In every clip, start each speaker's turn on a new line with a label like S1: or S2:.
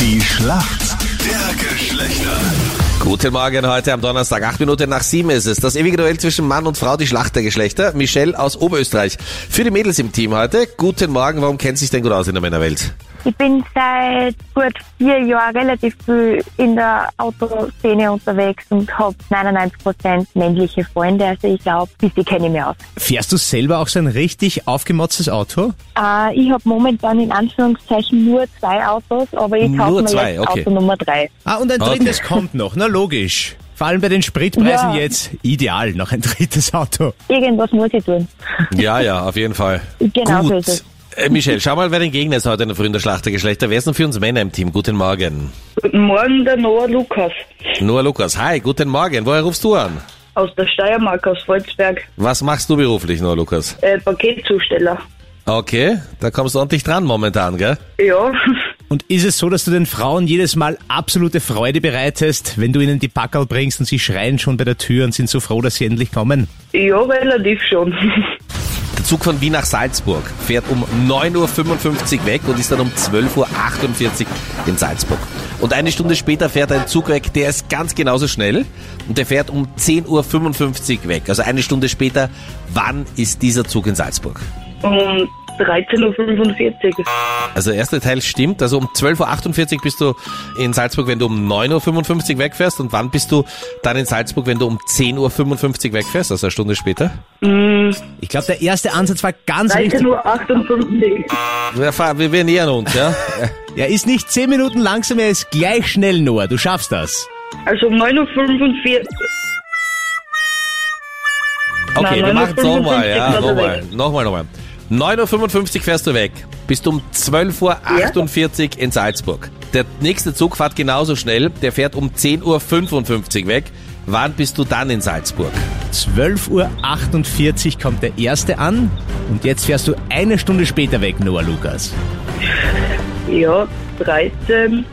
S1: Die Schlacht der Geschlechter.
S2: Guten Morgen heute am Donnerstag, acht Minuten nach sieben ist es. Das ewige Duell zwischen Mann und Frau, die Schlacht der Geschlechter. Michelle aus Oberösterreich. Für die Mädels im Team heute. Guten Morgen, warum kennt sich denn gut aus in der Männerwelt?
S3: Ich bin seit gut vier Jahren relativ viel in der Autoszene unterwegs und habe 99% männliche Freunde. Also ich glaube, bisschen kenne ich mich aus.
S4: Fährst du selber auch so ein richtig aufgemotztes Auto?
S3: Äh, ich habe momentan in Anführungszeichen nur zwei Autos, aber ich
S2: Nur
S3: kaufe mir
S2: zwei,
S3: jetzt
S2: okay.
S3: Auto Nummer drei.
S4: Ah, und ein
S2: Okay.
S4: drittes kommt noch, na logisch. Vor allem bei den Spritpreisen
S3: Ja.
S4: jetzt ideal, noch ein drittes Auto.
S3: Irgendwas muss ich tun.
S2: Ja, ja, auf jeden Fall.
S3: Genau so
S2: Gut.
S3: ist es.
S2: Äh, Michelle, schau mal, wer den Gegner ist heute in der frühen der Schlacht der Geschlechter. Wer ist denn für uns Männer im Team? Guten Morgen.
S5: Guten Morgen, der Noah Lukas
S2: Noah Lukas, hi, guten Morgen. Woher rufst du an?
S5: aus der Steiermark, aus Volzberg,
S2: Was machst du beruflich, Noah Lukas?
S5: äh, Paketzusteller.
S2: Okay, da kommst du ordentlich dran momentan, gell?
S5: Ja,
S4: Und ist es so, dass du den Frauen jedes Mal absolute Freude bereitest, wenn du ihnen die Packerl bringst und sie schreien schon bei der Tür und sind so froh, dass sie endlich kommen?
S5: ja, relativ schon.
S2: Der Zug von Wien nach Salzburg fährt um 9.55 Uhr weg und ist dann um 12.48 Uhr in Salzburg. Und eine Stunde später fährt ein Zug weg, der ist ganz genauso schnell und der fährt um 10.55 Uhr weg. Also eine Stunde später, wann ist dieser Zug in Salzburg?
S5: Um 13.45 Uhr.
S2: Also der erste Teil stimmt, also um 12.48 Uhr bist du in Salzburg, wenn du um 9.55 Uhr wegfährst und wann bist du dann in Salzburg, wenn du um 10.55 Uhr wegfährst, also eine Stunde später?
S4: Ich glaube, der erste Ansatz war ganz richtig.
S5: 13.58 Uhr.
S2: Wir, fahren, wir, wir nähern uns, ja?
S4: Er ist nicht zehn Minuten langsam, er ist gleich schnell, Noah. Du schaffst das.
S5: Also um 9.45 Uhr.
S2: Okay,
S5: Nein,
S2: wir machen es nochmal,
S5: 9:55
S2: ja,
S5: fährst du
S2: nochmal, nochmal, nochmal. 9.55 Uhr fährst du weg, bist um 12.48 Uhr in Salzburg. Der nächste Zug fährt genauso schnell, der fährt um 10.55 Uhr weg. Wann bist du dann in Salzburg?
S4: 12.48 Uhr kommt der erste an und jetzt fährst du eine Stunde später weg, Noah Lukas.
S5: Ja, 13.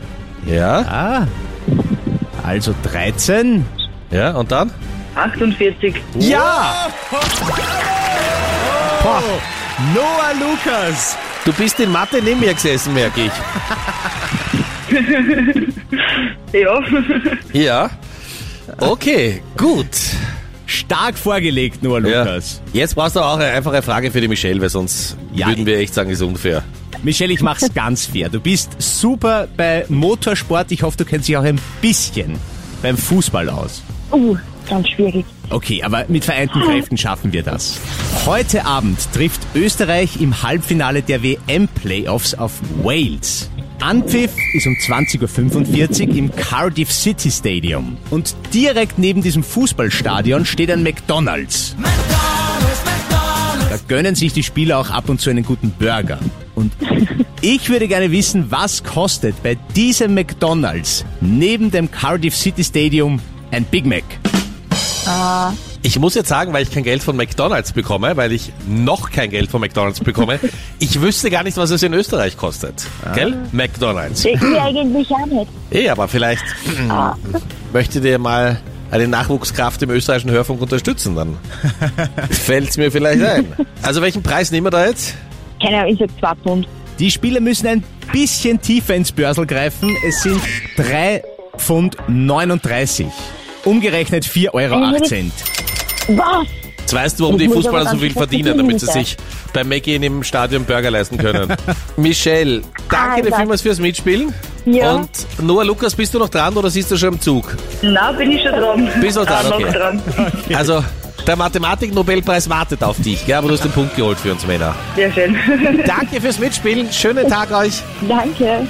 S2: Ja,
S4: Ah, also 13.
S2: ja, und dann?
S5: 48.
S4: Ja! Boah, Noah Lukas!
S2: Du bist in Mathe neben mir gesessen, merke ich.
S5: Ja,
S2: Ja. Okay, gut.
S4: Stark vorgelegt, Noah
S2: Ja.
S4: Lukas.
S2: Jetzt brauchst du auch eine einfache Frage für die Michelle, weil sonst
S4: Ja.
S2: würden wir echt sagen, ist unfair.
S4: Michelle, ich mach's ganz fair. Du bist super bei Motorsport. Ich hoffe, du kennst dich auch ein bisschen beim Fußball aus.
S3: Uh, ganz schwierig.
S4: Okay, aber mit vereinten Kräften schaffen wir das. Heute Abend trifft Österreich im Halbfinale der WM-Playoffs auf Wales. Anpfiff ist um 20.45 Uhr im Cardiff City Stadium. Und direkt neben diesem Fußballstadion steht ein McDonald's. Da gönnen sich die Spieler auch ab und zu einen guten Burger. Und ich würde gerne wissen, was kostet bei diesem McDonald's neben dem Cardiff City Stadium ein Big Mac?
S2: Ich muss jetzt sagen, weil ich kein Geld von McDonalds bekomme, weil ich noch kein Geld von McDonalds bekomme, ich wüsste gar nicht, was es in Österreich kostet.
S3: Ah.
S2: Gell? McDonalds.
S3: Ich eigentlich auch nicht.
S2: Eh, aber vielleicht
S3: Ah.
S2: möchtet ihr mal eine Nachwuchskraft im österreichischen Hörfunk unterstützen, dann fällt's mir vielleicht ein. Also welchen Preis nehmen wir da jetzt?
S3: Keine Ahnung, ich sag zwei Pfund.
S4: Die Spieler müssen ein bisschen tiefer ins Börsel greifen. Es sind 3 Pfund 39. Umgerechnet 4,08 Euro.
S3: Was?
S2: Jetzt weißt du, warum die
S3: Ich muss
S2: Fußballer
S3: aber
S2: so
S3: ganz
S2: viel
S3: kurz
S2: verdienen,
S3: verdienen,
S2: damit sie
S3: bitte.
S2: sich beim Mackie in dem Stadion Burger leisten können. Michelle, danke dir
S3: Alter.
S2: vielmals fürs Mitspielen.
S3: Ja.
S2: Und Noah Lukas, bist du noch dran oder siehst du schon im Zug?
S5: na, bin ich schon dran.
S2: Bist noch dran,
S5: Ah, noch
S2: okay.
S5: dran.
S2: Also, der Mathematik-Nobelpreis wartet auf dich, gell? aber du hast den Punkt geholt für uns Männer.
S5: Sehr schön.
S2: Danke fürs Mitspielen, schönen Tag euch.
S3: Danke.